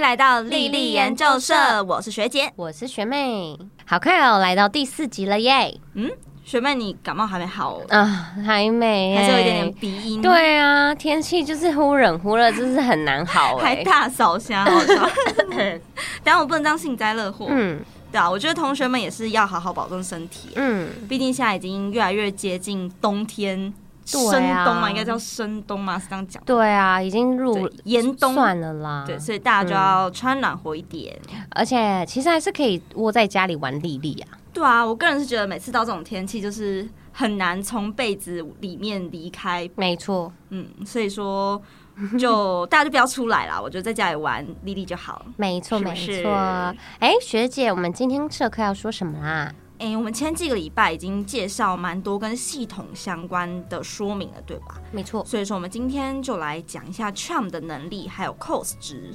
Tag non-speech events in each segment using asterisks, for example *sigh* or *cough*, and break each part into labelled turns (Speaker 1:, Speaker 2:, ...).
Speaker 1: 来到丽丽研究社，我是学姐。
Speaker 2: 我是学妹，好快哦，来到第四集了耶！
Speaker 1: 学妹，你感冒还没好，哦
Speaker 2: 啊，还没耶、
Speaker 1: 还是有一点点嗯鼻音，，
Speaker 2: 对啊，天气就是忽冷忽热，真是很难好哎、
Speaker 1: 还大扫虾，好笑。
Speaker 2: *laughs*
Speaker 1: 当然我不能当幸灾乐祸，
Speaker 2: 嗯
Speaker 1: 对啊，我觉得同学们也是要好好保重身体，
Speaker 2: 嗯，
Speaker 1: 毕竟现在已经越来越接近冬天，深
Speaker 2: 对
Speaker 1: 冬
Speaker 2: 啊
Speaker 1: 嘛，应该叫深冬嘛，是这样讲。
Speaker 2: 对啊，已经入
Speaker 1: 对，严冬，
Speaker 2: 算啊嗯了啦。
Speaker 1: 对，所以大家就要穿暖和一点。
Speaker 2: 而且其实还是可以窝在家里玩莉莉啊。
Speaker 1: 对啊，我个人是觉得每次到这种天气，就是很难从被子里面离开，
Speaker 2: 没错，
Speaker 1: 嗯，所以说就大家就不要出来啦，我觉得在家里玩莉莉就好。
Speaker 2: 没错，
Speaker 1: 是
Speaker 2: 没
Speaker 1: 不是
Speaker 2: 错。哎、学姐，我们今天社课要说什么啊啦？
Speaker 1: 哎、我们前几个礼拜已经介绍蛮多跟系统相关的说明了，对吧？
Speaker 2: 没错，
Speaker 1: 所以说我们今天就来讲一下 charm 的能力，还有 cos 值。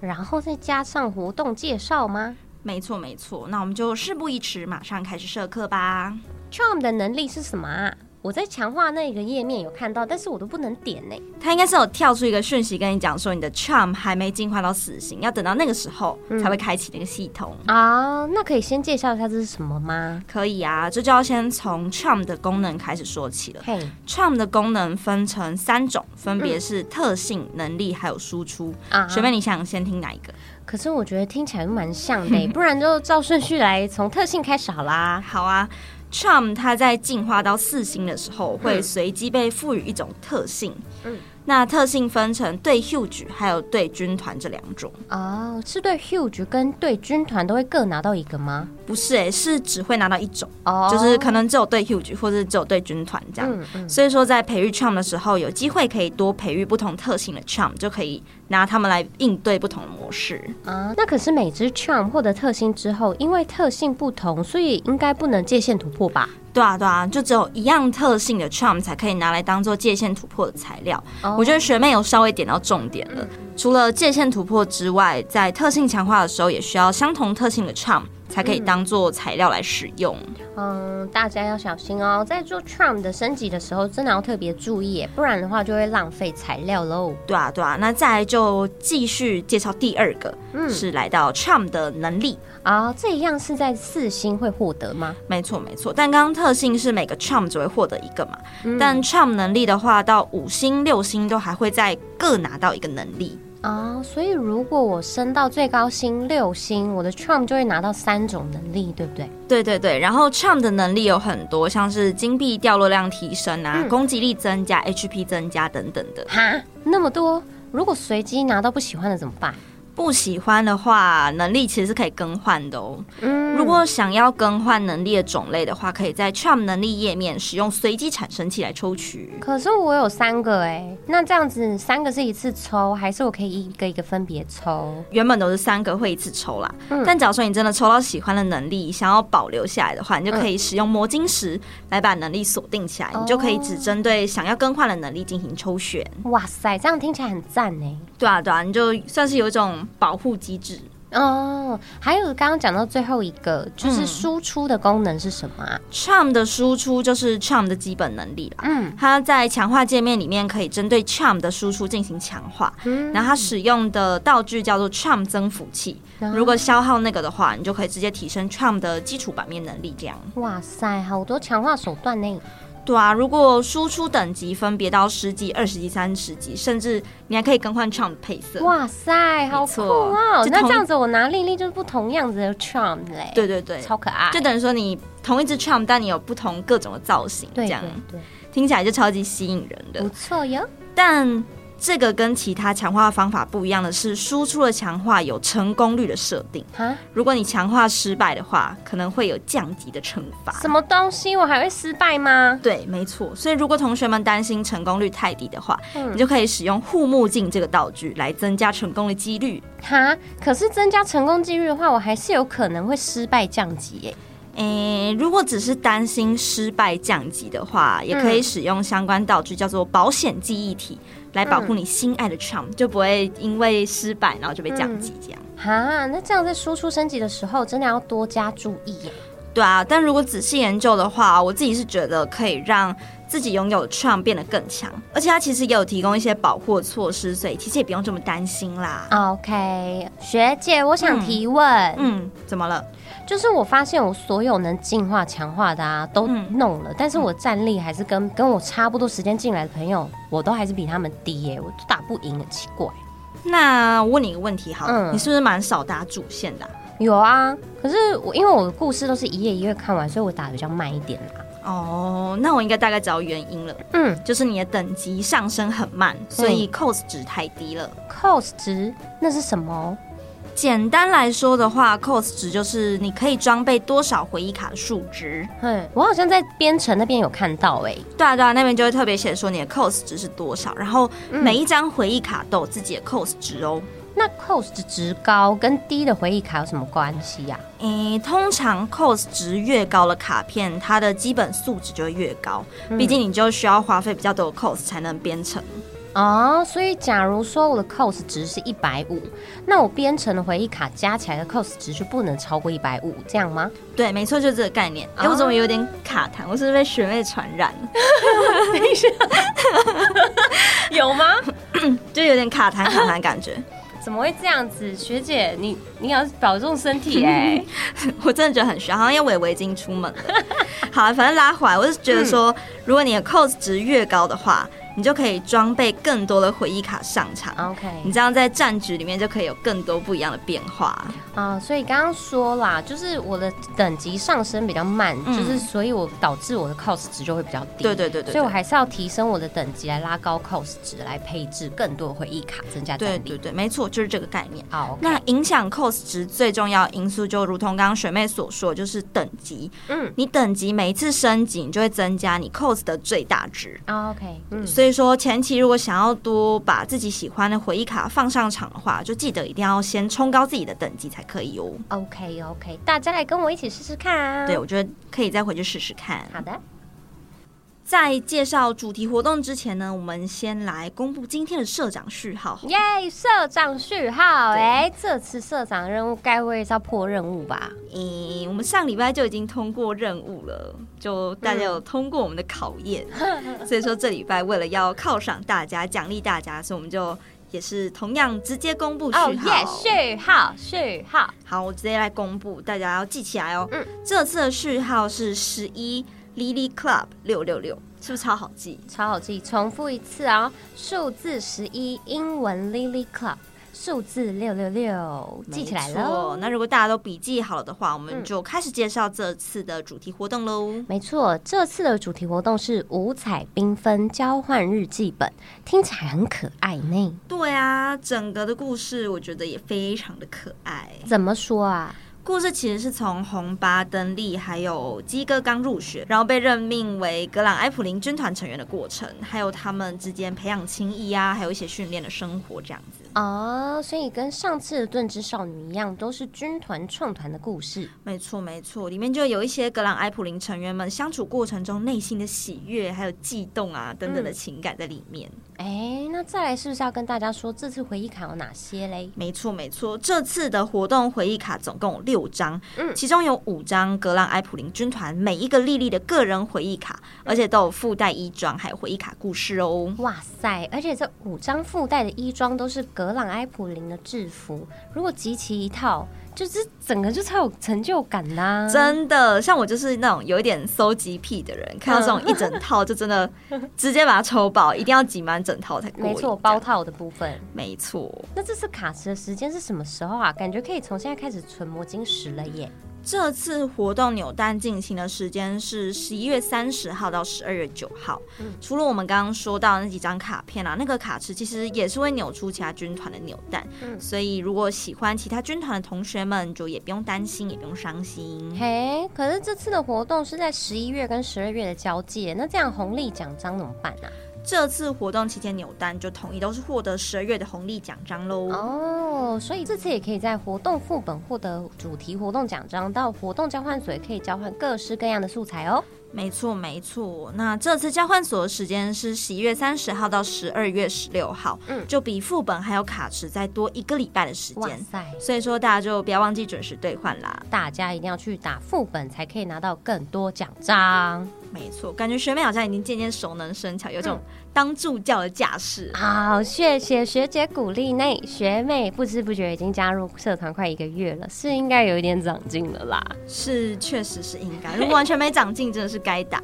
Speaker 2: 然后再加上活动介绍吗
Speaker 1: 没错，没错。那我们就事不宜迟，马上开始社课吧。
Speaker 2: ？Charm 的能力是什么啊？我在强化那个页面有看到，但是我都不能点呢、
Speaker 1: 他应该是有跳出一个讯息跟你讲说，你的 charm 还没进化到死刑，要等到那个时候才会开启那个系统。
Speaker 2: 啊，那可以先介绍一下这是什么吗？
Speaker 1: 可以啊，这就要先从 charm 的功能开始说起了。
Speaker 2: 嘿，
Speaker 1: Charm 的功能分成三种，分别是特性、能力还有输出。
Speaker 2: 嗯啊
Speaker 1: 学妹，你想先听哪一个？
Speaker 2: 可是我觉得听起来蛮像 *laughs* 的欸，不然就照顺序来，从特性开始好啦。
Speaker 1: 好啊，Charm 它在进化到四星的时候，会随机被赋予一种特性。
Speaker 2: 嗯
Speaker 1: 那特性分成对 Huge 还有对军团这两种。
Speaker 2: 哦，是对 huge 跟对军团都会各拿到一个吗？
Speaker 1: 不是诶、是只会拿到一种，
Speaker 2: 哦，
Speaker 1: 就是可能只有对 Huge 或者只有对军团这样。
Speaker 2: 嗯嗯，
Speaker 1: 所以说，在培育 Charm 的时候，有机会可以多培育不同特性的 Charm，就可以拿它们来应对不同的模式。
Speaker 2: 啊，那可是每只 charm 获得特性之后，因为特性不同，所以应该不能界限突破吧？
Speaker 1: 对啊，对啊，就只有一样特性的 charm 才可以拿来当做界限突破的材料。
Speaker 2: 哦
Speaker 1: 我觉得学妹有稍微点到重点了。除了界限突破之外，在特性强化的时候，也需要相同特性的 charm 才可以当做材料来使用。
Speaker 2: 嗯，大家要小心哦，在做 charm 的升级的时候，真的要特别注意耶，不然的话就会浪费材料喽。
Speaker 1: 对啊，对啊，那再来就继续介绍第二个，是来到 charm 的能力。
Speaker 2: 啊，这一样是在四星会获得吗？
Speaker 1: 没错，没错。但刚刚特性是每个 charm 只会获得一个嘛，但 charm 能力的话，到五星、六星都还会再各拿到一个能力。
Speaker 2: 哦，所以如果我升到最高星六星，我的 charm 就会拿到三种能力，对不对？
Speaker 1: 对对对，然后 Charm 的能力有很多，像是金币掉落量提升啊、
Speaker 2: 嗯
Speaker 1: 攻击力增加、HP 增加等等的。
Speaker 2: 哈，那么多，如果随机拿到不喜欢的怎么办？
Speaker 1: 不喜欢的话，能力其实是可以更换的哦。
Speaker 2: 嗯
Speaker 1: 如果想要更换能力的种类的话，可以在 Charm 能力页面使用随机产生器来抽取。
Speaker 2: 可是我有三个哎、那这样子三个是一次抽，还是我可以一个一个分别抽？
Speaker 1: 原本都是三个会一次抽啦，
Speaker 2: 嗯
Speaker 1: 但假如说你真的抽到喜欢的能力，想要保留下来的话，你就可以
Speaker 2: 嗯
Speaker 1: 使用魔晶石来把能力锁定起来，你就可以只针对想要更换的能力进行抽选。
Speaker 2: 哇塞，这样听起来很赞哎、
Speaker 1: 对啊，对啊，你就算是有一种保护机制。
Speaker 2: 哦，还有刚刚讲到最后一个，就是
Speaker 1: 嗯
Speaker 2: 输出的功能是什么啊？
Speaker 1: Charm 的输出就是 Charm 的基本能力啦。
Speaker 2: 嗯，
Speaker 1: 它在强化界面里面可以针对 Charm 的输出进行强化，
Speaker 2: 嗯
Speaker 1: 然后它使用的道具叫做 Charm 增幅器。
Speaker 2: 啊
Speaker 1: 如果消耗那个的话，你就可以直接提升 Charm 的基础版面能力。这样，
Speaker 2: 哇塞，好多强化手段呢、欸
Speaker 1: 对啊，如果输出等级分别到十级、二十级、三十级，甚至你还可以更换 Charm 的配色。
Speaker 2: 哇塞，好酷
Speaker 1: 错
Speaker 2: 哦！
Speaker 1: 就
Speaker 2: 那
Speaker 1: 同
Speaker 2: 这样子，我拿丽丽就是不同样子的 charm 嘞，
Speaker 1: 对对对，
Speaker 2: 超可爱，
Speaker 1: 就等于说你同一只 Charm，但你有不同各种的造型，这
Speaker 2: 对
Speaker 1: 样
Speaker 2: 对对，
Speaker 1: 听起来就超级吸引人的
Speaker 2: 不。错哟。
Speaker 1: 但这个跟其他强化方法不一样的是，输出的强化有成功率的设定。
Speaker 2: 哈，
Speaker 1: 如果你强化失败的话，可能会有降级的惩罚
Speaker 2: 什。么东西？我还会失败吗？
Speaker 1: 对，没错。所以如果同学们担心成功率太低的话，
Speaker 2: 嗯
Speaker 1: 你就可以使用护目镜这个道具来增加成功的几率。
Speaker 2: 哈，可是增加成功几率的话，我还是有可能会失败降级耶。
Speaker 1: 诶，如果只是担心失败降级的话，也可以使用相关道具叫做保险记忆体来保护你心爱的 charm，就不会因为失败然后就被降级这样。
Speaker 2: 哈，那这样在输出升级的时候，真的要多加注意耶。
Speaker 1: 对啊，但如果仔细研究的话，我自己是觉得可以让自己拥有 Trump 变得更强，而且它其实也有提供一些保护措施，所以其实也不用这么担心啦。
Speaker 2: OK，学姐，我想提问，
Speaker 1: 嗯，怎么了？
Speaker 2: 就是我发现我所有能进化强化的啊都
Speaker 1: 嗯
Speaker 2: 弄了，但是我战力还是跟跟我差不多时间进来的朋友，我都还是比他们低耶、我打不赢，很奇怪。
Speaker 1: 那我问你一个问题好了，
Speaker 2: 嗯
Speaker 1: 你是不是蛮少打主线的啊、
Speaker 2: 有啊，可是我因为我的故事都是一页一页看完，所以我打得比较慢一点啦。
Speaker 1: 哦，那我应该大概知道原因了，
Speaker 2: 嗯
Speaker 1: 就是你的等级上升很慢，所以 cos 值太低了。
Speaker 2: ，cos 值那是什么？
Speaker 1: 简单来说的话，cos 值就是你可以装备多少回忆卡的数值。
Speaker 2: 哼，我好像在编程那边有看到哎、
Speaker 1: 对啊，对啊，那边就会特别写说你的 cos 值是多少，然后每一张回忆卡都有自己的 cos 值哦。
Speaker 2: 那 cos 值值高跟低的回忆卡有什么关系啊呀、
Speaker 1: 诶，通常 cos 值越高的卡片，它的基本素质就会越高，毕竟你就需要花费比较多的 cos 才能编程。
Speaker 2: 哦，所以假如说我的 cos 值是一百五，那我编程的回忆卡加起来的 cos 值就不能超过一百五，这样吗？
Speaker 1: 对，没错，就是这个概念。哎、我怎么有点卡痰？我是不是被学妹传染 *laughs* 了？
Speaker 2: 有吗？
Speaker 1: 就有点卡痰卡痰感觉。
Speaker 2: 怎么会这样子？学姐，你你要保重身体哎、 *laughs*
Speaker 1: *laughs* 我真的觉得很需要，好像要围围巾出门了。好了，反正拉回来，我是觉得说，
Speaker 2: 嗯
Speaker 1: 如果你的 cos 值越高的话，你就可以装备更多的回忆卡上场。你
Speaker 2: OK
Speaker 1: 这样在战局里面就可以有更多不一样的变化。
Speaker 2: 啊、所以刚刚说啦，就是我的等级上升比较慢，
Speaker 1: 嗯
Speaker 2: 就是所以我导致我的 cos 值就会比较低。
Speaker 1: 对对对对对
Speaker 2: 所以我还是要提升我的等级来拉高 cos 值，来配置更多的回忆卡，增加战
Speaker 1: 对
Speaker 2: 力。
Speaker 1: 对对，没错，就是这个概念。
Speaker 2: 好，
Speaker 1: 那影响 cos 值最重要的因素，就如同刚刚学妹所说，就是等级。
Speaker 2: 嗯
Speaker 1: 你等级每一次升级，你就会增加你 cos 的最大值。
Speaker 2: ，OK，嗯，
Speaker 1: 所以说，前期如果想要多把自己喜欢的回忆卡放上场的话，就记得一定要先冲高自己的等级才可以哦。
Speaker 2: OK OK，大家来跟我一起试试看啊！
Speaker 1: 对，，我觉得可以再回去试试看。
Speaker 2: 好的，
Speaker 1: 在介绍主题活动之前呢，我们先来公布今天的社长序号。
Speaker 2: 耶、社长序号，哎、这次社长任务该不会是要破任务吧？
Speaker 1: 嗯，我们上礼拜就已经通过任务了，就大家有通过我们的考验，所以说这礼拜为了要犒赏大家、奖励大家，所以我们就也是同样直接公布序号。
Speaker 2: 哦耶，序号序号，
Speaker 1: 好，我直接来公布，大家要记起来哦。
Speaker 2: 嗯
Speaker 1: 这次的序号是十一 Lily Club 六六六，是不是超好记？
Speaker 2: 超好记，重复一次哦，数字十一，英文 Lily Club，数字六六六，记起来
Speaker 1: 没错
Speaker 2: 喽。嗯
Speaker 1: 那如果大家都笔记好了的话，我们就开始介绍这次的主题活动喽。
Speaker 2: 没错，这次的主题活动是五彩缤纷交换日记本，听起来很可爱呢。
Speaker 1: 对啊，整个的故事我觉得也非常的可爱。
Speaker 2: 怎么说啊？
Speaker 1: 故事其实是从红巴登利还有鸡哥刚入学，然后被任命为格朗埃普林军团成员的过程，还有他们之间培养情谊啊，还有一些训练的生活这样子。
Speaker 2: 哦，所以跟上次的盾之少女一样，都是军团创团的故事。
Speaker 1: 没错，没错，里面就有一些格朗埃普林成员们相处过程中内心的喜悦，还有悸动啊等等的情感在里面。
Speaker 2: 哎，那再来是不是要跟大家说这次回忆卡有哪些嘞？
Speaker 1: 没错，没错，这次的活动回忆卡总共有六张，
Speaker 2: 嗯
Speaker 1: 其中有五张格朗埃普林军团每一个莉莉的个人回忆卡，
Speaker 2: 嗯
Speaker 1: 而且都有附带衣装，还有回忆卡故事哦。
Speaker 2: 哇塞！而且这五张附带的衣装都是格朗埃普林的制服，如果集齐一套，就是整个就超有成就感啦、
Speaker 1: 真的，像我就是那种有一点搜集癖的人，看到这种一整套就真的直接把它抽爆，一定要集满整套才过瘾。
Speaker 2: 没错，
Speaker 1: 这
Speaker 2: 包
Speaker 1: 样，
Speaker 2: 套的部分。
Speaker 1: 没错。
Speaker 2: 那这次卡池的时间是什么时候啊？感觉可以从现在开始存魔晶石了耶！
Speaker 1: 这次活动扭蛋进行的时间是十一月三十号到十二月九号。
Speaker 2: 嗯
Speaker 1: 除了我们刚刚说到的那几张卡片啊，那个卡池其实也是会扭出其他军团的扭蛋，
Speaker 2: 嗯
Speaker 1: 所以如果喜欢其他军团的同学们，就也不用担心，也不用伤心。
Speaker 2: 嘿，可是这次的活动是在十一月跟十二月的交界，那这样红利奖章怎么办啊？
Speaker 1: 这次活动期间扭蛋就统一都是获得十二月的红利奖章喽。
Speaker 2: 哦，所以这次也可以在活动副本获得主题活动奖章，到活动交换所也可以交换各式各样的素材哦。
Speaker 1: 没错，没错。那这次交换所的时间是十一月三十号到十二月十六号，
Speaker 2: 嗯
Speaker 1: 就比副本还有卡池再多一个礼拜的时
Speaker 2: 哇
Speaker 1: 间，
Speaker 2: 塞！
Speaker 1: 所以说大家就不要忘记准时兑换啦。
Speaker 2: 大家一定要去打副本，才可以拿到更多奖章
Speaker 1: 没错，嗯感觉学妹好像已经渐渐熟能生巧，有种当助教的架势。
Speaker 2: 好，谢谢学姐鼓励。那学妹不知不觉已经加入社团快一个月了，是应该有一点长进了啦。
Speaker 1: 是，确实是应该。如果完全没长进，真的是该 *laughs* 打。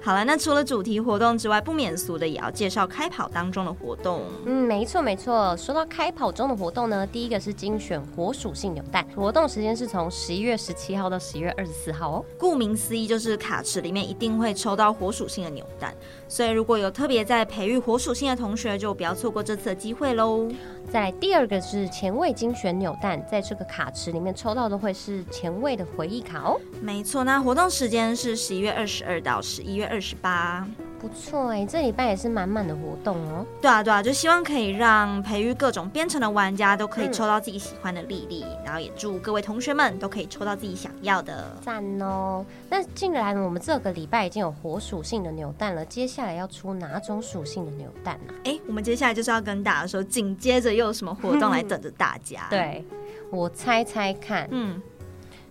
Speaker 1: 好了，那除了主题活动之外，不免俗的也要介绍开跑当中的活动。
Speaker 2: 嗯，没错没错。说到开跑中的活动呢，第一个是精选火属性扭蛋，活动时间是从十一月十七号到十一月二十四号哦。
Speaker 1: 顾名思义，就是卡池里面一定会抽到火属性的扭蛋，所以如果有特别在培育火属性的同学，就不要错过这次的机会喽。
Speaker 2: 再来第二个是前卫精选扭蛋，在这个卡池里面抽到的会是前卫的回忆卡哦。
Speaker 1: 没错，那活动时间是十一月二十二到十一月二十八。
Speaker 2: 不错哎，这礼拜也是满满的活动哦。
Speaker 1: 对啊，对啊，就希望可以让培育各种编程的玩家都可以
Speaker 2: 嗯
Speaker 1: 抽到自己喜欢的莉莉，然后也祝各位同学们都可以抽到自己想要的。
Speaker 2: 赞哦！那既然我们这个礼拜已经有火属性的扭蛋了，接下来要出哪种属性的扭蛋啊呢、
Speaker 1: 哎， *laughs* 我们接下来就是要跟大家说，紧接着又有什么活动来等着大家？，
Speaker 2: 对，我猜猜看，
Speaker 1: 嗯，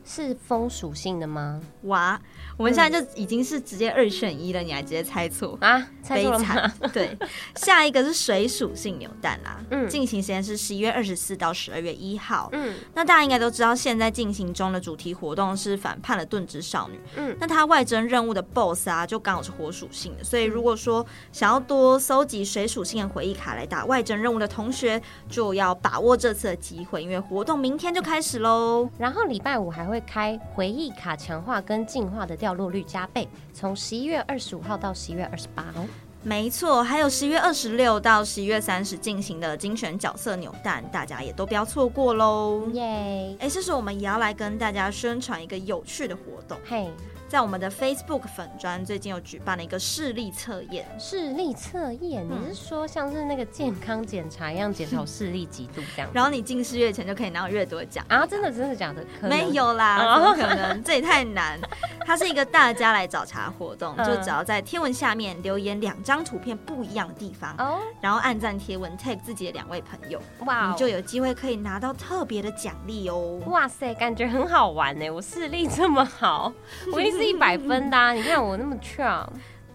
Speaker 2: 是风属性的吗？
Speaker 1: 哇，我们现在就已经是直接二选一了，你还直接猜错，
Speaker 2: 啊，猜
Speaker 1: 悲
Speaker 2: 错了吗？
Speaker 1: 惨。 *laughs*
Speaker 2: *laughs*
Speaker 1: 对，下一个是水属性扭蛋啦，
Speaker 2: 嗯
Speaker 1: 进行时间是十一月二十四到十二月一号。
Speaker 2: 嗯，
Speaker 1: 那大家应该都知道，现在进行中的主题活动是反叛的盾之少女。
Speaker 2: 嗯
Speaker 1: 嗯，那它外征任务的 BOSS 啊，就刚好是火属性的，所以如果说想要多搜集水属性的回忆卡来打外征任务的同学，就要把握这次的机会，因为活动明天就开始喽。
Speaker 2: 然后礼拜五还会开回忆卡强化跟进化的掉落率加倍，从十一月二十五号到十一月二十八哦。
Speaker 1: 没错，还有十月二十六到十一月三十进行的精选角色扭蛋，大家也都不要错过喽。
Speaker 2: 耶！
Speaker 1: 哎，这时候我们也要来跟大家宣传一个有趣的活动，
Speaker 2: 嘿，
Speaker 1: 在我们的 Facebook 粉专最近有举办了一个视力测验。
Speaker 2: 视力测验，
Speaker 1: 嗯
Speaker 2: 你是说像是那个健康检查一样检查视力几度
Speaker 1: *laughs*
Speaker 2: 这样？
Speaker 1: 然后你近视月前就可以拿到阅读的奖。
Speaker 2: 啊，真的真的假的？可能
Speaker 1: 没有啦，
Speaker 2: 哦
Speaker 1: 怎么可能？这也太
Speaker 2: *laughs*
Speaker 1: 难。它是一个大家来找茬活动，
Speaker 2: 嗯
Speaker 1: 就只要在贴文下面留言两张图片不一样的地方，
Speaker 2: 哦，
Speaker 1: 然后按赞贴文 tag 自己的两位朋友，
Speaker 2: 哇
Speaker 1: 你
Speaker 2: 哦，
Speaker 1: 就有机会可以拿到特别的奖励哦。
Speaker 2: 哇塞，感觉很好玩欸呢！我视力这么 *laughs* 好，我一定是一百分的、啊。你看我那么 charm，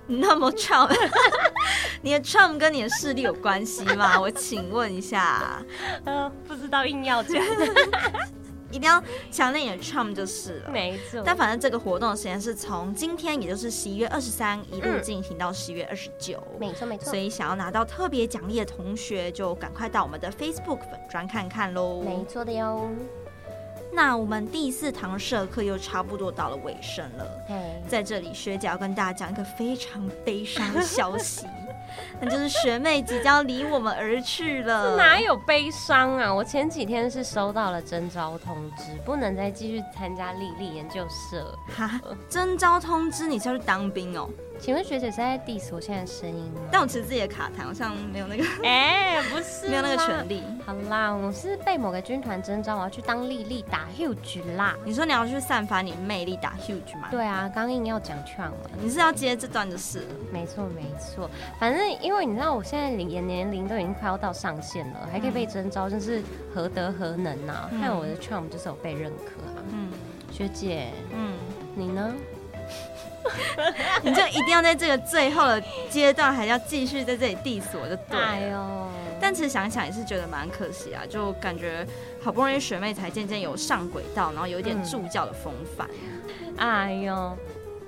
Speaker 1: 那么 Trump，你的 Trump 跟你的视力有关系吗？我请问一下，
Speaker 2: *laughs* 呃，不知道硬要讲，
Speaker 1: 一定要强烈你的 Trump 就是了。
Speaker 2: *laughs* 没错。
Speaker 1: 但反正这个活动的时间是从今天，也就是十一月二十三一路
Speaker 2: 嗯
Speaker 1: 进行到十一月二十九。
Speaker 2: 没错没错
Speaker 1: 所。以想要拿到特别奖励的同学，就赶快到我们的 Facebook 粉专看看
Speaker 2: 没
Speaker 1: 喽。
Speaker 2: 错的哟，
Speaker 1: 那我们第四堂社课又差不多到了尾声了，
Speaker 2: 嘿，
Speaker 1: 在这里学姐要跟大家讲一个非常悲伤的消
Speaker 2: *laughs*
Speaker 1: 息，那就是学妹即将离我们而去了。
Speaker 2: 哪有悲伤啊？我前几天是收到了征招通知，不能再继续参加丽丽研究社。
Speaker 1: 哈，征招通知你是要去当兵哦？
Speaker 2: 请问学姐是在 diss 我现在的声音吗？
Speaker 1: 但我其实自己的卡痰好像没有那个
Speaker 2: *laughs* 哎、不是，
Speaker 1: 没有那个权。利。
Speaker 2: 好啦，我是被某个军团征召，我要去当丽丽打 huge 啦。
Speaker 1: 你说你要去散发你魅力打 huge 吗？，
Speaker 2: 对啊，刚硬要讲 charm 嘛，
Speaker 1: 你是要接这段就是了。
Speaker 2: 没错没错，反正因为你知道我现在年年龄都已经快要到上限了，还可以被征召，真是何德何能呐、
Speaker 1: 嗯
Speaker 2: 看我的 charm 就是有被认可啊。
Speaker 1: 嗯
Speaker 2: 学姐， *laughs*
Speaker 1: 嗯，
Speaker 2: 你呢？
Speaker 1: 你就一定要在这个最后的阶段，还要继续在这里 diss 我就对了。
Speaker 2: 哎呦，
Speaker 1: 但其实想一想也是觉得蛮可惜啊，就感觉好不容易学妹才渐渐有上轨道，然后有一点
Speaker 2: 嗯
Speaker 1: 助教的风范。
Speaker 2: 哎呦。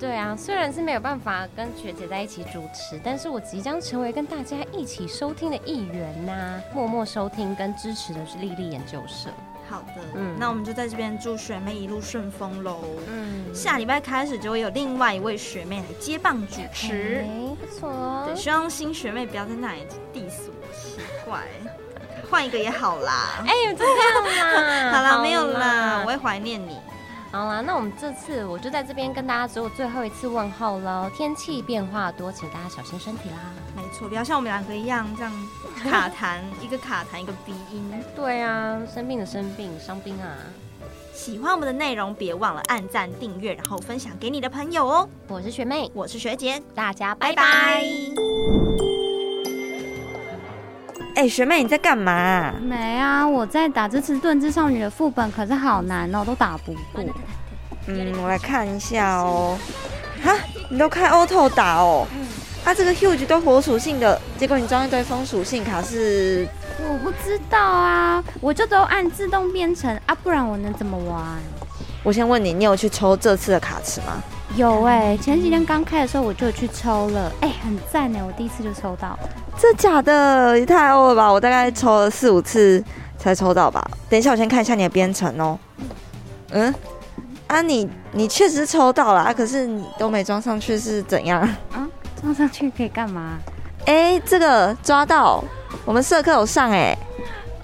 Speaker 2: 对啊，虽然是没有办法跟学姐在一起主持，但是我即将成为跟大家一起收听的一员呐、默默收听跟支持的是丽丽研究社。
Speaker 1: 好的，
Speaker 2: 嗯
Speaker 1: 那我们就在这边祝学妹一路顺风喽。
Speaker 2: 嗯，
Speaker 1: 下礼拜开始就会有另外一位学妹来接棒主持，
Speaker 2: 哎，不错哦
Speaker 1: 对，希望新学妹不要在那里 diss 我，奇怪，换一个也好 *laughs* 啦。
Speaker 2: 哎、就这样 *laughs* 啦。
Speaker 1: 好啦，没有啦，我会怀念你。
Speaker 2: 好啦，那我们这次我就在这边跟大家做最后一次问候喽。天气变化多，请大家小心身体啦。
Speaker 1: 没错，不要像我们两个一样这样卡痰，一个卡痰一个鼻音。
Speaker 2: 对啊，生病的生病，伤病啊。
Speaker 1: 喜欢我们的内容，别忘了按赞、订阅，然后分享给你的朋友哦。
Speaker 2: 我是学妹，
Speaker 1: 我是学姐，
Speaker 2: 大家拜
Speaker 1: 拜
Speaker 2: 拜。
Speaker 1: 拜。哎、学妹你在干嘛、
Speaker 3: 没啊，我在打这次《盾之少女》的副本，可是好难哦，都打不过。
Speaker 1: 嗯，我来看一下哦。哈，你都开 auto 打哦。啊，这个 huge 都火属性的，结果你装一堆风属性卡是
Speaker 3: 我不知道啊，我就都按自动变成啊，不然我能怎么玩？
Speaker 1: 我先问你，你有去抽这次的卡池吗？
Speaker 3: 有哎、前几天刚开的时候我就去抽了，哎、很赞哎、我第一次就抽到。
Speaker 1: 这假的，也太欧了吧！我大概抽了四五次才抽到吧。等一下，我先看一下你的编程哦。嗯，啊你，你确实抽到了啊，可是你都没装上去是怎样？
Speaker 3: 啊装上去可以干嘛？
Speaker 1: 哎、这个抓到，我们社课有上哎、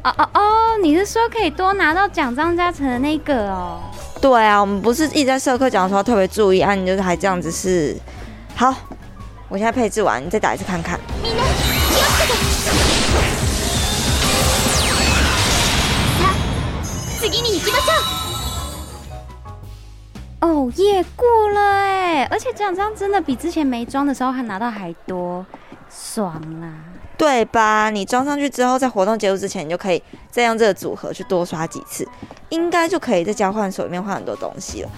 Speaker 3: 哦哦哦，你是说可以多拿到奖章加成的那个哦？
Speaker 1: 对啊，我们不是一直在社课讲说要特别注意啊，你就是还这样子是。好，我现在配置完，你再打一次看看。
Speaker 3: 哦耶，过了哎、而且奖章真的比之前没装的时候还拿到还多，爽啦！
Speaker 1: 对吧？你装上去之后，在活动结束之前，你就可以再用这个组合去多刷几次，应该就可以在交换所里面换很多东西了。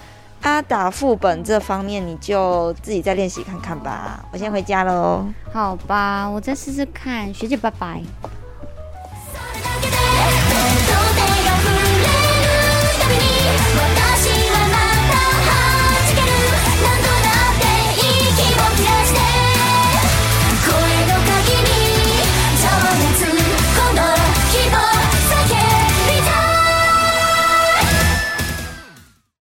Speaker 1: 啊，打副本这方面你就自己再练习看看吧。我先回家喽。
Speaker 3: 好吧，我再试试看，学姐拜拜。